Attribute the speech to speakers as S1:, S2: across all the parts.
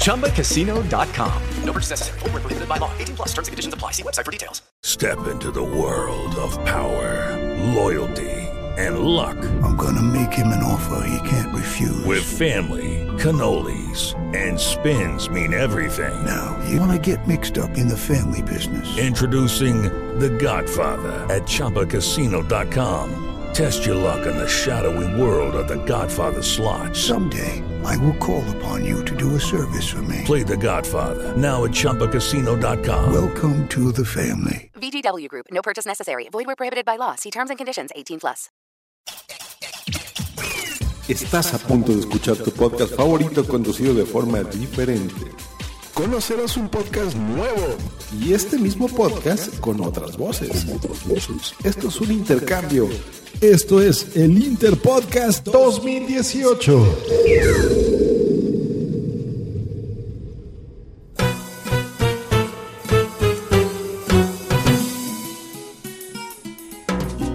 S1: ChumbaCasino.com. No purchase necessary. Void where prohibited by law. 18 plus terms and conditions apply. See website for details.
S2: Step into the world of power, loyalty, and luck
S3: I'm gonna make him an offer he can't refuse.
S2: with family, cannolis, and spins mean everything.
S3: now, you wanna get mixed up in the family business.
S2: Introducing The Godfather at ChumbaCasino.com. Test your luck in the shadowy world of The Godfather slot.
S3: Someday, I will call upon you to do a service for me.
S2: Play The Godfather now at ChumbaCasino.com.
S3: Welcome to the family.
S4: VGW Group. No purchase necessary. Void where prohibited by law. See terms and conditions. 18 plus.
S5: Estás a punto de escuchar tu podcast favorito conducido de forma diferente. Conocerás un podcast nuevo y este mismo podcast con otras voces. Esto es un intercambio.
S6: Esto es el Interpodcast 2018.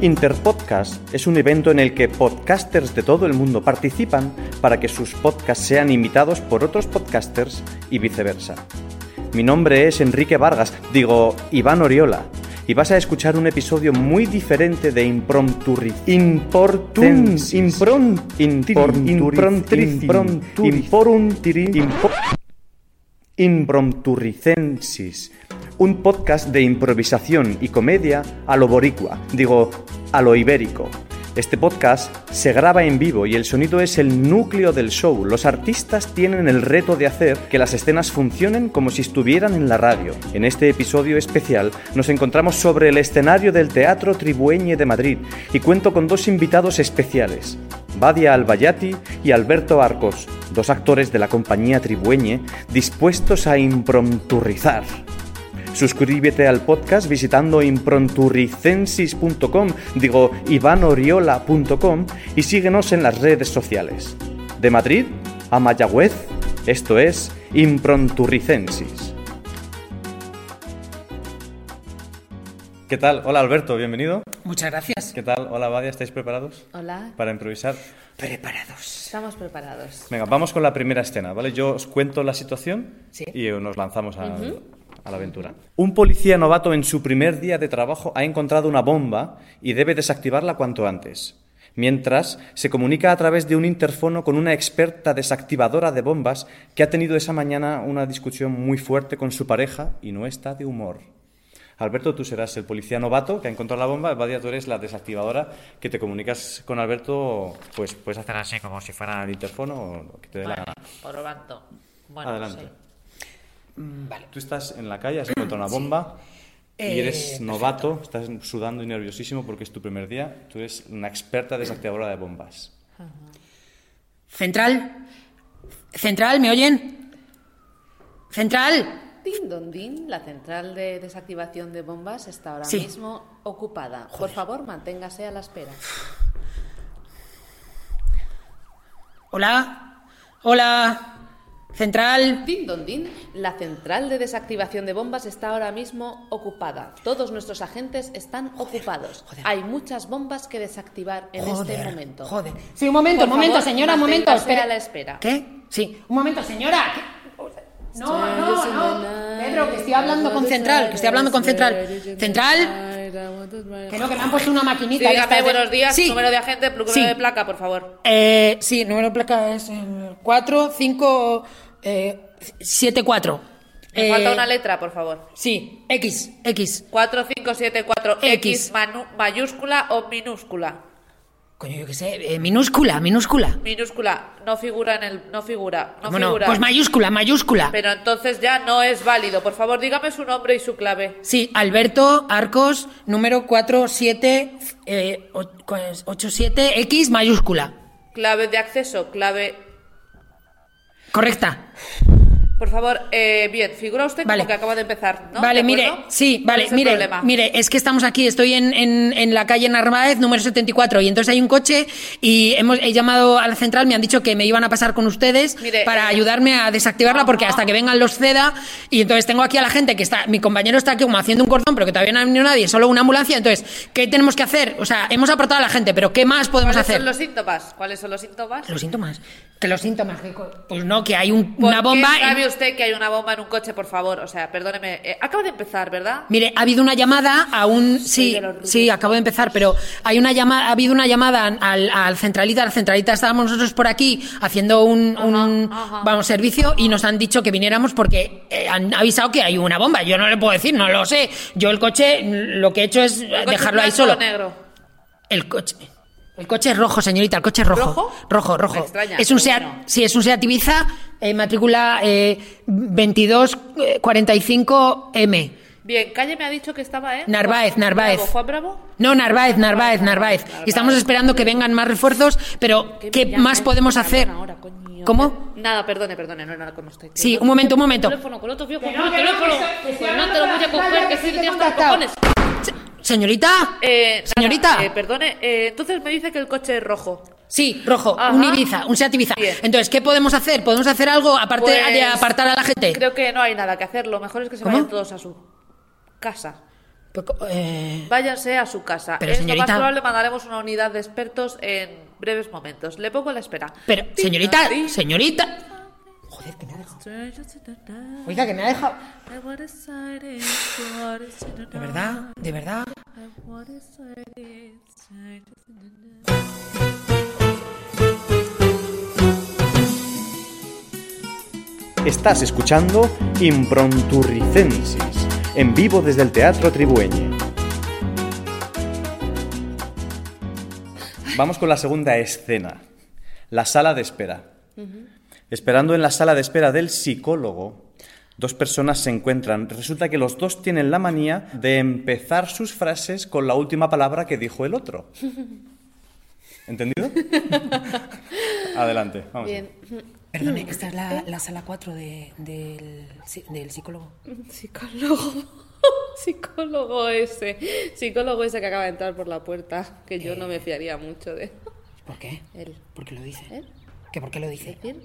S7: Interpodcast es un evento en el que podcasters de todo el mundo participan para que sus podcasts sean imitados por otros podcasters y viceversa. Mi nombre es Enrique Vargas, digo Iván Oriola, y vas a escuchar un episodio muy diferente de Imprompturi. Importun, impron,
S8: Importuriz-
S7: impo- Imprompturicensis, un podcast de improvisación y comedia a lo boricua, digo, a lo ibérico. Este podcast se graba en vivo y el sonido es el núcleo del show. Los artistas tienen el reto de hacer que las escenas funcionen como si estuvieran en la radio. En este episodio especial nos encontramos sobre el escenario del Teatro Tribueñe de Madrid y cuento con dos invitados especiales. Badia Albayati y Alberto Arcos, dos actores de la compañía Tribueñe dispuestos a imprompturrizar. Suscríbete al podcast visitando impronturicensis.com, digo ivanoriola.com y síguenos en las redes sociales. De Madrid a Mayagüez, esto es Impronturicensis. ¿Qué tal? Hola Alberto, bienvenido.
S9: Muchas gracias.
S7: ¿Qué tal? Hola Badia, ¿estáis preparados?
S10: Hola.
S7: Para improvisar.
S9: Preparados.
S10: Estamos preparados.
S7: Venga, vamos con la primera escena, ¿vale? Yo os cuento la situación
S10: Sí.
S7: y nos lanzamos a, a la aventura. Un policía novato en su primer día de trabajo ha encontrado una bomba y debe desactivarla cuanto antes. Mientras, se comunica a través de un interfono con una experta desactivadora de bombas que ha tenido esa mañana una discusión muy fuerte con su pareja y no está de humor. Alberto, tú serás el policía novato que ha encontrado la bomba, Badia, tú eres la desactivadora que te comunicas con Alberto, pues puedes hacer así como si fuera el interfono o lo que te dé la gana.
S10: Por lo tanto, bueno,
S7: Adelante.
S10: sí. Mm,
S7: Tú estás en la calle, has encontrado una bomba y
S9: Eh,
S7: eres novato, estás sudando y nerviosísimo porque es tu primer día. Tú eres una experta desactivadora de bombas.
S9: Central. Central, ¿me oyen? Central.
S10: Din don din, la central de desactivación de bombas está ahora
S9: Sí.
S10: mismo ocupada. Por favor, manténgase a la espera.
S9: Hola. Hola. Central.
S10: Din don din, la central de desactivación de bombas está ahora mismo ocupada. Todos nuestros agentes están ocupados.
S9: joder.
S10: Hay muchas bombas que desactivar en
S9: Joder,
S10: este momento.
S9: Joder. Sí, un momento,
S10: Por
S9: un momento,
S10: favor,
S9: señora, un momento.
S10: manténgase
S9: Espera.
S10: a la espera.
S9: ¿Qué? Sí, un momento, señora. ¿qué? No, no, no. Pedro, que estoy hablando con Central, que estoy hablando con Central. Central, que no, que me han puesto una maquinita. de estas de- Sí.
S10: agente, número
S9: Sí.
S10: placa, por favor.
S9: Eh, sí, número de placa es 4, 5, eh, 7, 4.
S10: Me falta una letra, por favor.
S9: Eh, Sí, X, X.
S10: 4574
S9: X.
S10: X manu- mayúscula o minúscula.
S9: Coño, yo qué sé, eh, minúscula, minúscula.
S10: Minúscula, no figura en el no figura, no
S9: bueno,
S10: figura.
S9: pues mayúscula, mayúscula.
S10: Pero entonces ya no es válido. Por favor, dígame su nombre y su clave.
S9: Sí, Alberto Arcos, número eh, 4, 7, 8, 7, X, mayúscula.
S10: Clave de acceso, clave
S9: Correcta.
S10: Por favor, eh, bien, figura usted
S9: Vale.
S10: como que acaba de empezar, ¿no?
S9: Vale,
S10: ¿De
S9: mire,
S10: acuerdo?
S9: sí, vale,
S10: ¿Cuál es el
S9: mire,
S10: problema?
S9: mire, es que estamos aquí, estoy en, en, en la calle Narváez, número 74, y entonces hay un coche y hemos, he llamado a la central, me han dicho que me iban a pasar con ustedes
S10: Mire,
S9: para
S10: eh,
S9: ayudarme a desactivarla, porque hasta que vengan los CEDA, y entonces tengo aquí a la gente que está, mi compañero está aquí como haciendo un cordón, pero que todavía no ha venido nadie, solo una ambulancia, entonces, ¿qué tenemos que hacer? O sea, hemos aportado a la gente, pero ¿qué más podemos
S10: ¿Cuáles
S9: hacer?
S10: son los síntomas? ¿Cuáles son los síntomas?
S9: Los síntomas, que los síntomas, que co- pues no, que hay un-
S10: ¿Por
S9: una bomba...
S10: qué
S9: en-
S10: sabe usted que hay una bomba en un coche, por favor? O sea, perdóneme. eh, acaba de empezar, ¿verdad?
S9: Mire, ha habido una llamada a un sí, sí, acabo de empezar, pero hay una llamada, ha habido una llamada al, al centralita, al centralita estábamos nosotros por aquí haciendo un, un, vamos servicio y nos han dicho que viniéramos porque eh, han avisado que hay una bomba. Yo no le puedo decir, no lo sé. Yo el coche lo que he hecho es
S10: ¿El coche
S9: dejarlo ahí
S10: blanco o
S9: solo.
S10: negro?
S9: El coche. El coche es rojo, señorita, el coche es rojo.
S10: ¿Rojo?
S9: Rojo, rojo.
S10: Me extraña,
S9: es un
S10: pero
S9: SEAT,
S10: bueno.
S9: sí, es un SEAT Ibiza, eh, matrícula eh, 2245M.
S10: Bien, calle me ha dicho que estaba, ¿eh?
S9: Narváez,
S10: Juan
S9: Narváez.
S10: Bravo, Juan Bravo.
S9: No, Narváez, Narváez, Narváez. Y estamos esperando que vengan más refuerzos, pero ¿qué más podemos hacer? ¿Cómo?
S10: Nada, perdone, perdone, no era nada con usted.
S9: Sí, un momento, un momento.
S10: Teléfono, con otro tío, con
S9: no,
S10: otro
S9: que no,
S10: teléfono.
S9: que estoy- que estoy
S10: Pues no
S9: hablando
S10: te lo
S9: con
S10: voy a
S9: la radio,
S10: coger, que
S9: que
S10: sí
S9: sí te
S10: tienes
S9: he
S10: los
S9: contactado.
S10: cojones.
S9: Señorita,
S10: Eh, nada,
S9: señorita.
S10: eh, perdone, eh, entonces me dice que el coche es rojo.
S9: Sí, rojo,
S10: Ajá.
S9: un Ibiza, un Seat Ibiza.
S10: Bien.
S9: Entonces, ¿qué podemos hacer? ¿Podemos hacer algo aparte
S10: Pues,
S9: de apartar a la gente?
S10: Creo que no hay nada que hacer, lo mejor es que se
S9: ¿Cómo?
S10: vayan todos a su casa.
S9: Pues, eh,
S10: Váyanse a su casa.
S9: Pero,
S10: es lo
S9: señorita-
S10: más probable, mandaremos una unidad de expertos en breves momentos. Le pongo la espera.
S9: Pero, señorita,
S10: Sí.
S9: señorita. Oiga, que me ha dejado. De verdad, de verdad.
S7: Estás escuchando Impronturricensis, en vivo desde el Teatro Tribueñe. Vamos con la segunda escena, la sala de espera. Esperando en la sala de espera del psicólogo, dos personas se encuentran. Resulta que los dos tienen la manía de empezar sus frases con la última palabra que dijo el otro. ¿Entendido? Adelante, vamos.
S10: Bien.
S11: Perdone, esta es
S10: eh
S11: la, la sala 4 de- del, sí, del psicólogo.
S10: Psicólogo. Psicólogo ese. Psicólogo ese que acaba de entrar por la puerta. Que yo no me fiaría mucho de.
S11: Eh. ¿Por qué?
S10: Él.
S11: ¿Por qué lo dice?
S10: ¿Eh?
S11: ¿Que por qué lo dice?
S10: Es decir,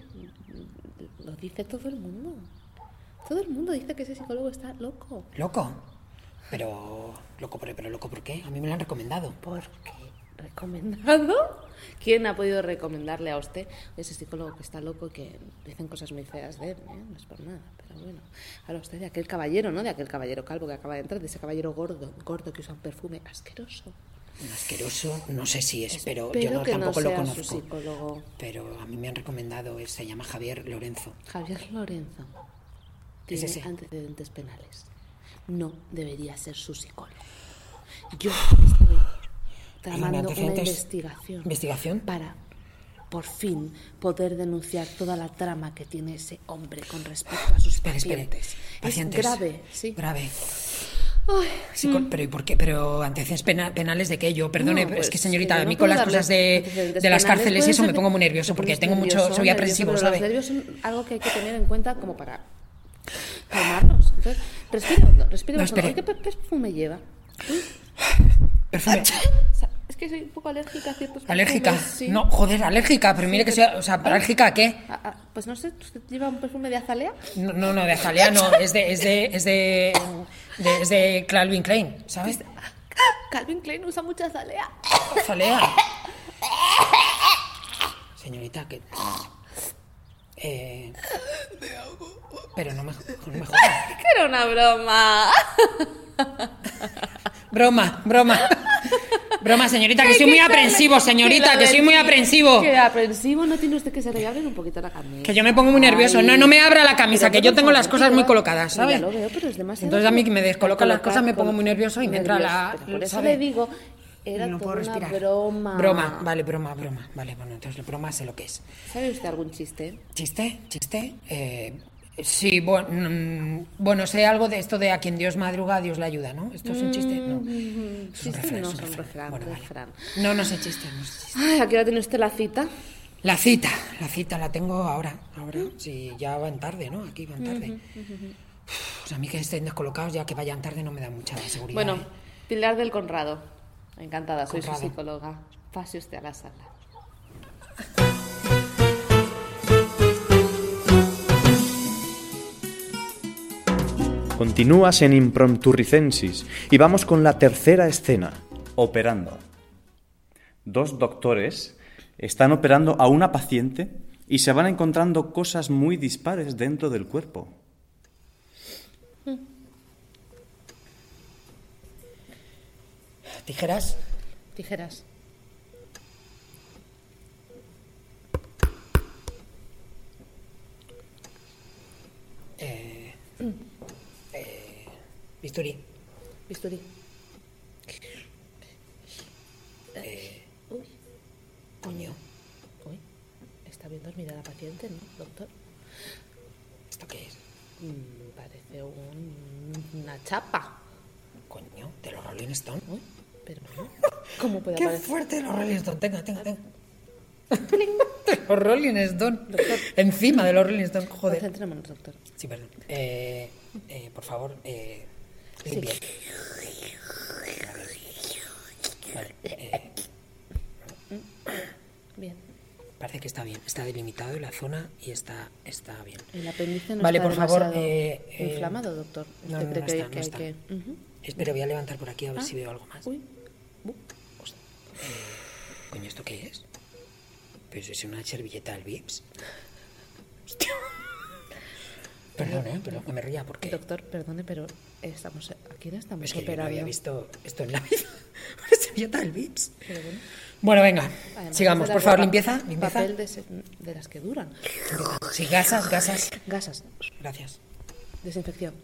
S10: lo dice todo el mundo. Todo el mundo dice que ese psicólogo está loco.
S11: ¿Loco? Pero... Loco, pero, pero loco, ¿por qué? A mí me lo han recomendado. ¿Por qué?
S10: ¿Recomendado? ¿Quién ha podido recomendarle a usted ese psicólogo que está loco y que dicen cosas muy feas de él? ¿eh? No es por nada, pero bueno. Ahora usted de aquel caballero, ¿no? De aquel caballero calvo que acaba de entrar, de ese caballero gordo, gordo que usa un perfume asqueroso.
S11: Asqueroso, no sé si es, pero yo
S10: Espero
S11: no,
S10: que no
S11: tampoco lo
S10: sea su
S11: conozco.
S10: psicólogo.
S11: Pero a mí me han recomendado, eh, se llama Javier Lorenzo.
S10: Javier Lorenzo
S11: Es
S10: tiene
S11: ese.
S10: antecedentes penales. No debería ser su psicólogo. Yo estoy tramando una
S11: antecedentes-
S10: investigación.
S11: ¿Investigación?
S10: Para por fin poder denunciar toda la trama que tiene ese hombre con respecto a sus
S11: Espere, espere.
S10: pacientes.
S11: Pacientes.
S10: Es grave, sí. mm.
S11: Grave. Psico- Pero ¿y por qué? Pero antecedentes pena- penales de qué yo, perdone,
S10: No,
S11: es
S10: pues,
S11: que
S10: si
S11: señorita,
S10: yo
S11: a
S10: no
S11: mí
S10: puedo
S11: con las
S10: darle
S11: cosas de,
S10: antecedentes
S11: de las
S10: penales,
S11: cárceles y
S10: puede
S11: eso
S10: ser
S11: me
S10: que-
S11: pongo muy nervioso
S10: te
S11: porque
S10: pones
S11: tengo mucho,
S10: nervioso,
S11: soy
S10: nervioso,
S11: aprensivo,
S10: pero
S11: ¿sabe?
S10: Los nervios son algo que hay que tener en cuenta como para calmarnos. Entonces, respire hondo, respire
S11: No,
S10: hondo.
S11: espere.
S10: Ay, ¿Qué per- perfume lleva? Ah,
S11: Perfume.
S10: Es que soy un poco alérgica a ciertos
S11: Alérgica.
S10: perfumes, sí.
S11: No, joder, alérgica, pero mire que soy, o sea, alérgica a qué?
S10: Ah, ah, pues no sé, ¿usted lleva un perfume de azalea?
S11: No, no, no, de azalea no, es de, es de, es de, de- es de Calvin Klein, ¿sabes?
S10: ah, Calvin Klein usa mucha azalea.
S11: Azalea. Señorita, que... Eh, pero no me, no me jodas.
S10: Que era una broma.
S11: Broma, broma. Broma, señorita, que soy muy aprensivo, señorita,
S10: lo
S11: que
S10: del-
S11: soy muy aprensivo.
S10: Que aprensivo no tiene usted que ser abren un poquito la camisa.
S11: Que yo me pongo muy nervioso. No, no me abra la camisa, que yo tengo las cosas muy colocadas,
S10: Ya
S11: ¿sabes?
S10: lo veo, pero es demasiado.
S11: Entonces a mí que me descolocan las
S10: colocar
S11: cosas, me pongo
S10: con-
S11: muy nervioso y me entra la-
S10: nervioso, pero Por eso
S11: ¿sabe?
S10: le digo, era
S11: no
S10: toda
S11: puedo respirar.
S10: una broma.
S11: Broma, vale, broma, broma. Vale, bueno, entonces la broma sé lo que es.
S10: ¿Sabe usted algún chiste?
S11: ¿Chiste? ¿Chiste? Eh, sí, bueno, mm, bueno, sé algo de esto de a quien Dios madruga, Dios le ayuda, ¿no? Esto es un chiste, ¿no?
S10: Mm,
S11: Es un
S10: Chiste
S11: refrán,
S10: no,
S11: es un
S10: son
S11: refrán.
S10: refrán,
S11: Bueno, vale.
S10: refrán.
S11: No, no sé chiste, no sé chiste.
S10: Ay, ¿a qué hora tiene usted la cita?
S9: La cita, la cita la tengo ahora, ahora, si ya van tarde, ¿no? Aquí van tarde. Pues a mí que estén descolocados, ya que vayan tarde, no me da mucha seguridad.
S10: Bueno,
S9: ¿eh?
S10: Pilar del Conrado. Encantada, soy su
S9: Conrado.
S10: psicóloga. Pase usted a la sala.
S7: Continúas en Imprompturicensis y vamos con la tercera escena. Operando. Dos doctores están operando a una paciente y se van encontrando cosas muy dispares dentro del cuerpo.
S9: Tijeras,
S10: Tijeras.
S9: eh, eh, bisturí,
S10: Bisturí.
S9: eh,
S10: Uy,
S9: coño,
S10: uy. Está bien dormida la paciente, ¿no, doctor?
S9: ¿esto qué es?
S10: Mm, parece un- una chapa.
S9: Coño, de los Rolling Stones.
S10: Uy, pero no. ¿Cómo puede
S9: Qué
S10: aparecer?
S9: fuerte los Rolling Stones, tenga, tenga, tenga. De los Rolling Stones, encima de los Rolling Stones, joder.
S10: Concentrémonos, doctor.
S9: Sí, perdón. Eh, eh, por favor, eh, limpia. Vale, eh,
S10: Bien.
S9: parece que está bien. Está delimitado la zona y está, está bien.
S10: El apéndice no
S9: Vale,
S10: está
S9: por favor,
S10: demasiado
S9: eh, eh,
S10: inflamado, doctor.
S9: no,
S10: ¿Usted
S9: no,
S10: cree
S9: no
S10: que,
S9: está,
S10: que hay
S9: no está.
S10: que...? Ujú.
S9: Espera, voy a levantar por aquí a ver
S10: Ah.
S9: si veo algo más.
S10: Uy,
S9: Coño, ¿esto qué es? Pues es una servilleta al Vips. Hostia. Perdón, ¿eh? Perdón que me ría porque...
S10: doctor, perdone, pero estamos... ¿A quién estamos
S9: Es que yo no
S10: operando?
S9: había visto esto en la vida. Una servilleta del Vips.
S10: Pero bueno.
S9: Bueno, venga,
S10: Además,
S9: sigamos.
S10: hace
S9: Por
S10: la
S9: favor,
S10: ropa-
S9: limpieza, limpieza.
S10: Papel de, se- de las que duran.
S9: Sí, gasas, gasas.
S10: Gasas.
S9: Gracias.
S10: Desinfección.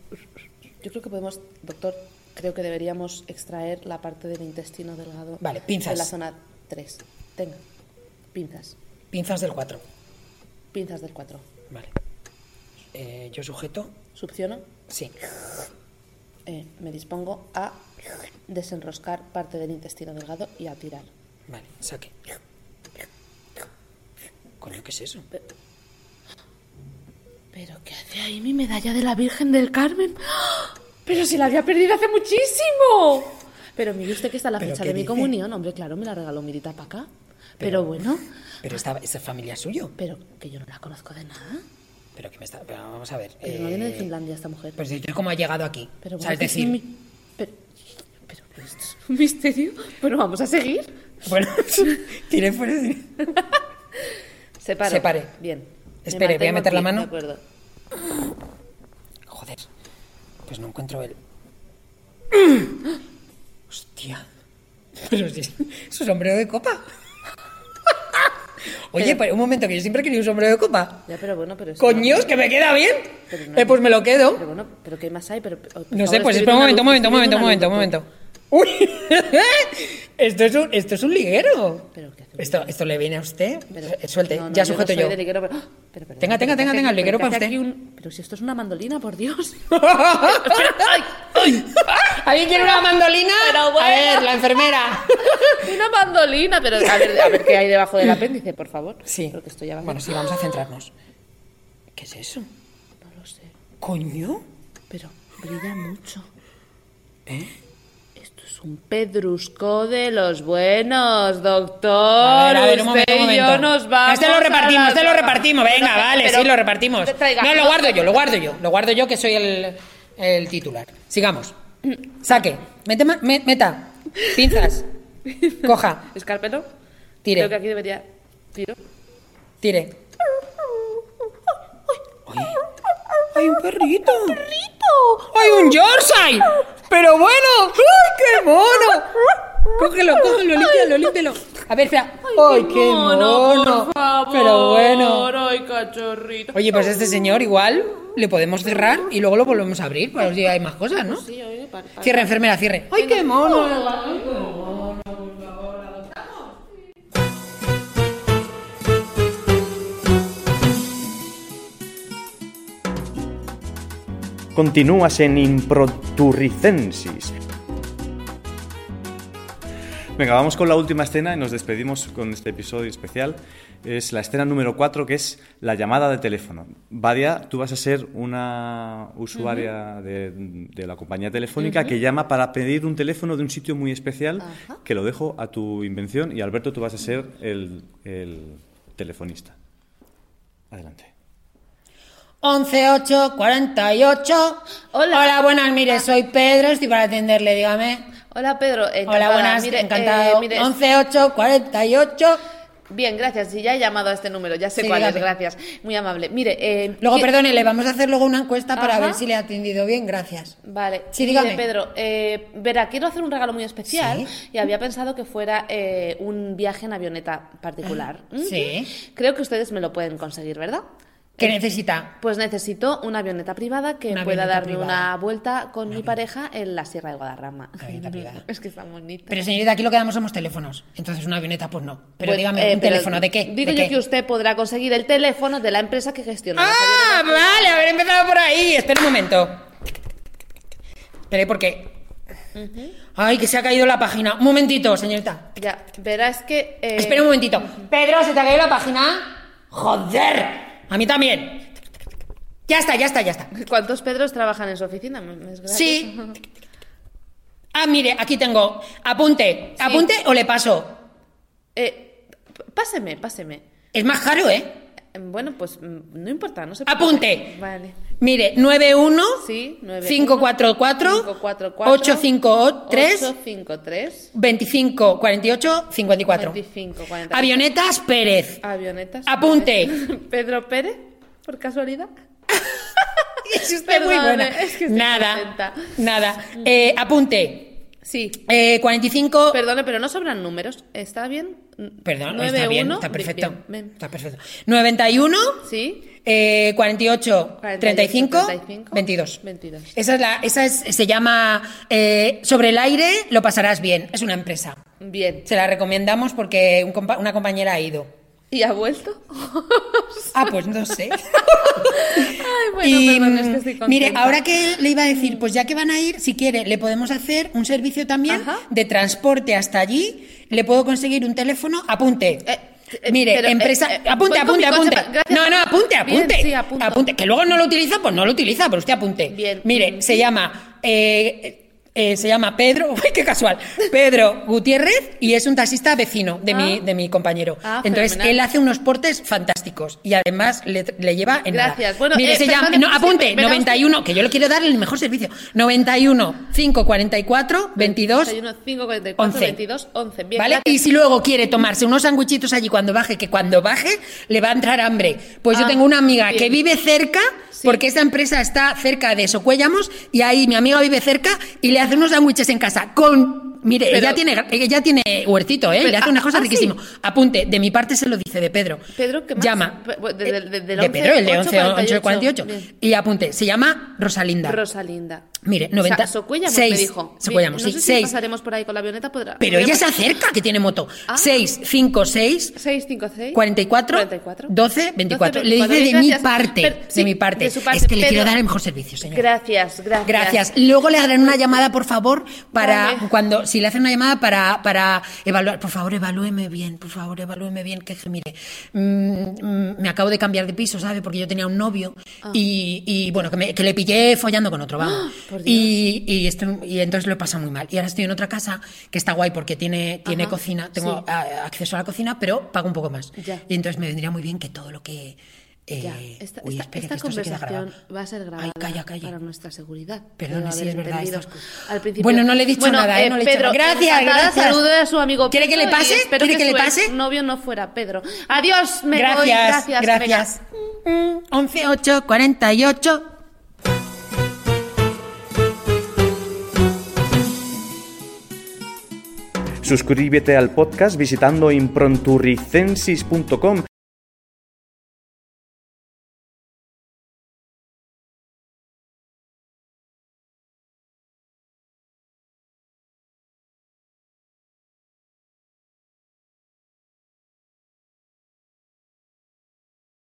S10: Yo creo que podemos, doctor, creo que deberíamos extraer la parte del intestino delgado
S9: Vale, pinzas.
S10: de la zona 3. Tenga, pinzas.
S9: Pinzas del 4.
S10: Pinzas del 4.
S9: Vale. Eh, yo sujeto.
S10: Succiono.
S9: Sí.
S10: Eh, me dispongo a desenroscar parte del intestino delgado y a tirar.
S9: Vale, saque. Coño, ¿qué es eso?
S10: ¿Pero qué hace ahí mi medalla de la Virgen del Carmen? ¡Ah! ¡Pero si la había perdido hace muchísimo! Pero mire usted que está la
S9: ¿Pero
S10: fecha
S9: qué
S10: de mi
S9: dice?
S10: comunión. Hombre, claro, me la regaló Mirita para acá.
S9: Pero-
S10: Pero, bueno,
S9: Pero esta, esta es familia es suyo.
S10: pero que yo no la conozco de nada.
S9: Pero que me está. Pero vamos a ver.
S10: Pero no
S9: eh,
S10: viene de Finlandia esta mujer.
S9: Pero si- ¿cómo ha llegado aquí?
S10: Pero
S9: o sea,
S10: bueno,
S9: es
S10: que es un
S9: decir.
S10: mi- pero, pero esto es un misterio. Bueno, vamos a seguir.
S9: Bueno, tiré fuera de.
S10: Separo.
S9: Separe.
S10: Bien. Me
S9: Espere, voy a
S10: mantengo
S9: meter la
S10: aquí,
S9: mano.
S10: De acuerdo.
S9: Joder. Pues no encuentro el. Hostia. Pero sí, su sombrero de copa. Oye,
S10: Pero-
S9: pero un momento, que yo siempre quería un sombrero de copa.
S10: Ya, pero bueno, pero... es-
S9: Coños, que me queda bien.
S10: Pero no-
S9: Eh, pues me lo quedo.
S10: Pero bueno, pero ¿qué más hay? Pero, por
S9: No sé,
S10: favor,
S9: pues
S10: estoy
S9: espera un
S10: viendo
S9: momento, un
S10: una luz,
S9: momento, un momento, un
S10: estoy
S9: momento, un
S10: viendo
S9: momento. ¡Uy! esto, es un, esto es un liguero.
S10: Pero ¿qué hace un
S9: Esto, esto le viene a usted.
S10: una luz.
S9: Eh, Suelte,
S10: No, no,
S9: ya
S10: yo no
S9: sujeto
S10: soy
S9: yo.
S10: de liguero, pero- pero perdón,
S9: Tenga,
S10: pero
S9: tenga, tenga,
S10: que aquí-
S9: tenga, el liguero
S10: pero que
S9: para
S10: aquí
S9: usted.
S10: un- Pero si esto es una mandolina, por Dios.
S9: ¿Alguien quiere una mandolina? A ver, la enfermera.
S10: una mandolina, pero a ver, a ver qué hay debajo del apéndice, por favor.
S9: Sí.
S10: Porque esto ya va a-
S9: Bueno, sí, vamos a centrarnos. ¿Qué es eso?
S10: No lo sé,
S9: ¿Coño?
S10: pero brilla mucho.
S9: ¿Eh?
S10: Esto es un pedrusco de los buenos, doctor.
S9: A ver, a ver, un momento,
S10: Usted
S9: un
S10: y
S9: momento.
S10: yo nos vamos.
S9: Este lo
S10: a
S9: repartimos,
S10: la
S9: este lo
S10: zona.
S9: repartimos. Venga,
S10: Pero-
S9: vale,
S10: pero-
S9: sí, lo repartimos.
S10: Traiga.
S9: No, lo guardo yo, lo guardo yo. Lo guardo yo, que soy el, el titular. Sigamos. Saque. Mete, ma- me- meta. Pinzas. Coja.
S10: Escarpelo.
S9: Tire.
S10: Creo que aquí debería. Tiro.
S9: Tire. Oye, ¡Hay un perrito! ¡Hay un Yorkshire! ¡Pero bueno! ¡Ay, qué mono! Cógelo, cógelo, límpialo, límpialo. A ver, espera. ¡Ay, qué mono!
S10: por favor.
S9: Pero bueno.
S10: Ay, cachorrito.
S9: Oye, pues este señor igual le podemos cerrar y luego lo volvemos a abrir para ver si hay más cosas, ¿no?
S10: Sí, oye, pa- pa-
S9: Cierre, enfermera, cierre. ¡Ay, qué mono!
S7: Continúas en Improturricensis. Venga, vamos con la última escena y nos despedimos con este episodio especial. Es la escena número 4, que es la llamada de teléfono. Vadia, tú vas a ser una usuaria de, de la compañía telefónica
S12: Ujú.
S7: que llama para pedir un teléfono de un sitio muy especial, que lo dejo a tu invención. Y Alberto, tú vas a ser el, el telefonista. Adelante.
S9: 118 48. Hola. Hola, buenas, mire, soy Pedro, estoy para atenderle, dígame.
S10: Hola, Pedro. encantada.
S9: Hola, buenas,
S10: Mire,
S9: encantado.
S10: eh, mire,
S9: 11 8 48.
S10: Bien, gracias. Si ya he llamado a este número, ya sé
S9: Sí,
S10: cuál es,
S9: dígame.
S10: gracias. Muy amable. Mire, eh,
S9: Luego,
S10: ¿quién-
S9: perdone, le vamos a hacer luego una encuesta para
S10: Ajá.
S9: ver si le ha atendido bien, gracias.
S10: Vale,
S9: Sí,
S10: Mire,
S9: dígame.
S10: Pedro, eh, verá, quiero hacer un regalo muy especial y había pensado que fuera eh, un viaje en avioneta particular.
S9: Ah, sí.
S10: ¿Mm? Creo que ustedes me lo pueden conseguir, ¿verdad?
S9: ¿Qué
S10: Eh,
S9: necesita?
S10: Pues necesito una avioneta privada que
S9: Una
S10: pueda
S9: avioneta
S10: darme
S9: privada.
S10: una vuelta con mi pareja en la Sierra de Guadarrama. es que está bonito.
S9: Pero señorita, aquí lo que damos somos teléfonos. Entonces una avioneta, pues no. Pero
S10: Bueno,
S9: dígame,
S10: eh,
S9: ¿un
S10: pero
S9: teléfono de qué? ¿De
S10: Digo yo
S9: qué?
S10: que usted podrá conseguir el teléfono de la empresa que gestiona. las
S9: Ah, vale, haber empezado por ahí. Espera un momento. Espera, ¿por qué? Ay, que se ha caído la página. Un momentito, señorita.
S10: Ya, verás que. eh,
S9: Espera un momentito. Pedro, ¿se te ha caído la página? ¡Joder! A mí también. Ya está, ya está, ya está.
S10: ¿Cuántos Pedros trabajan en su oficina? Me- es
S9: Sí.
S10: gracioso.
S9: Ah, mire, aquí tengo. Apunte. ¿Apunte o le paso?
S10: Eh, p- páseme, páseme.
S9: Es más caro, ¿eh?
S10: Bueno, pues mm, no importa, no se
S9: Apunte.
S10: Vale.
S9: Mire, 91
S10: Sí, 9.
S9: 544 853
S10: 853
S9: 25 48 54.
S10: 25 40.
S9: Avionetas Pérez.
S10: Avionetas.
S9: Apunte.
S10: Pedro Pérez, por casualidad.
S9: Es usted muy
S10: Perdone,
S9: buena.
S10: es que estoy
S9: nada,
S10: contenta.
S9: nada. Eh, apunte.
S10: Sí.
S9: Eh, 45.
S10: Perdone, pero no sobran números. ¿Está bien?
S9: Perdón,
S10: Nueve,
S9: está bien,
S10: uno,
S9: está
S10: bien,
S9: perfecto.
S10: bien, bien.
S9: Está perfecto. 91.
S10: Sí.
S9: eh, 48, 35,
S10: 35,
S9: 22.
S10: 22.
S9: Esa, es la, esa es- se llama eh, Sobre el aire lo pasarás bien. Es una empresa.
S10: Bien.
S9: Se la recomendamos porque un compa- una compañera ha ido.
S10: ¿Y ha vuelto?
S9: Ah, pues no sé.
S10: Ay, bueno,
S9: Y,
S10: perdón, es que estoy
S9: mm, mire,
S10: contenta.
S9: ahora que le iba a decir, pues ya que van a ir, si quiere, le podemos hacer un servicio también de transporte hasta allí. Le puedo conseguir un teléfono. Apunte.
S10: eh,
S9: mire,
S10: pero,
S9: empresa.
S10: eh, eh,
S9: apunte,
S10: voy con mi coche
S9: apunte, apunte.
S10: pa- gracias.
S9: no, no, apunte,
S10: Bien,
S9: apunte.
S10: sí, apunto.
S9: apunte. Que luego no lo utiliza, pues no lo utiliza, pero usted apunte.
S10: Bien.
S9: Mire, se llama. eh, eh, se llama Pedro, ¡ay, qué casual! Pedro Gutiérrez y es un taxista vecino de, mi, de mi compañero.
S10: Ah,
S9: Entonces,
S10: fenomenal.
S9: él hace unos portes fantásticos y además le, le lleva en nada.
S10: Gracias. Bueno,
S9: Mire,
S10: eh,
S9: se llama,
S10: perdone,
S9: no,
S10: sí,
S9: apunte,
S10: pero-
S9: 91, que yo le quiero dar el mejor servicio. 91 544 22
S10: 31, 5, 44,
S9: 11.
S10: 22, 11. Bien,
S9: ¿Vale?
S10: gracias.
S9: Y si luego quiere tomarse unos sanguichitos allí cuando baje, que cuando baje le va a entrar hambre. Pues yo
S10: Ah,
S9: tengo una amiga
S10: bien.
S9: que vive cerca, porque esta empresa está cerca de Socuéllamos, y ahí mi amiga vive cerca y le hace unos sándwiches en casa con. Mire,
S10: Pero-
S9: ella, tiene, ella tiene huertito, ¿eh?
S10: Pero-
S9: le hace una
S10: ah,
S9: cosa
S10: ah,
S9: riquísima. Apunte, de mi parte se lo dice de Pedro.
S10: Pedro, ¿qué más?
S9: Llama. Eh,
S10: Pe- bueno, de- de- de- del
S9: de
S10: 11,
S9: Pedro, el de 11,
S10: 8,
S9: 48.
S10: Bien.
S9: Y apunte, se llama Rosalinda.
S10: Rosalinda.
S9: Mire, 90.
S10: Sa- Socuellamos
S9: seis,
S10: me dijo.
S9: Socuellamos,
S10: Bien, no sé
S9: sí,
S10: si
S9: seis.
S10: pasaremos por ahí con la avioneta. Podrá, Ah.
S9: Pero ella se acerca, que tiene moto. 6, 5, 6,
S10: 6, 5, 6.
S9: 44, 12, 24. Le dice de mi parte, de mi parte.
S10: de su parte,
S9: Es que le
S10: pero-
S9: quiero dar el mejor servicio, señor.
S10: Gracias, gracias.
S9: Gracias. Luego le harán una llamada, por favor, para
S10: Vale.
S9: cuando si le hacen una llamada para para evaluar, por favor, evalúeme bien, por favor, evalúeme bien que mire, mm, mm, me acabo de cambiar de piso, ¿sabe? Porque yo tenía un novio
S10: Ah.
S9: y, y, bueno, que, me- que le pillé follando con otro, vamos. y, y esto- y entonces lo he pasado muy mal. Y ahora estoy en otra casa que está guay porque tiene tiene
S10: Ajá,
S9: cocina, tengo
S10: sí.
S9: a- acceso a la cocina, pero pago un poco más.
S10: Ya.
S9: Y entonces me vendría muy bien que todo lo que eh,
S10: Ya, esta,
S9: uy,
S10: esta-
S9: espera,
S10: esta
S9: que esto se queda grabado.
S10: conversación va a ser grabada
S9: calla, calla.
S10: para nuestra seguridad.
S9: Perdone,
S10: Espero
S9: sí,
S10: haber
S9: es verdad,
S10: entendido
S9: estas
S10: al principio.
S9: Bueno, no le he dicho
S10: Bueno,
S9: nada, ¿eh? No le he dicho
S10: Pedro,
S9: nada. Gracias,
S10: encantada,
S9: gracias.
S10: Saludo a su amigo
S9: ¿Quiere que
S10: Pedro
S9: le pase?
S10: y Espero
S9: ¿Quiere que le
S10: su
S9: pase?
S10: ex novio no fuera Pedro. Adiós, me Mm, voy.
S9: Gracias,
S10: Gracias,
S9: gracias. 11, 8, 48.
S7: Suscríbete al podcast visitando impronturricensis.com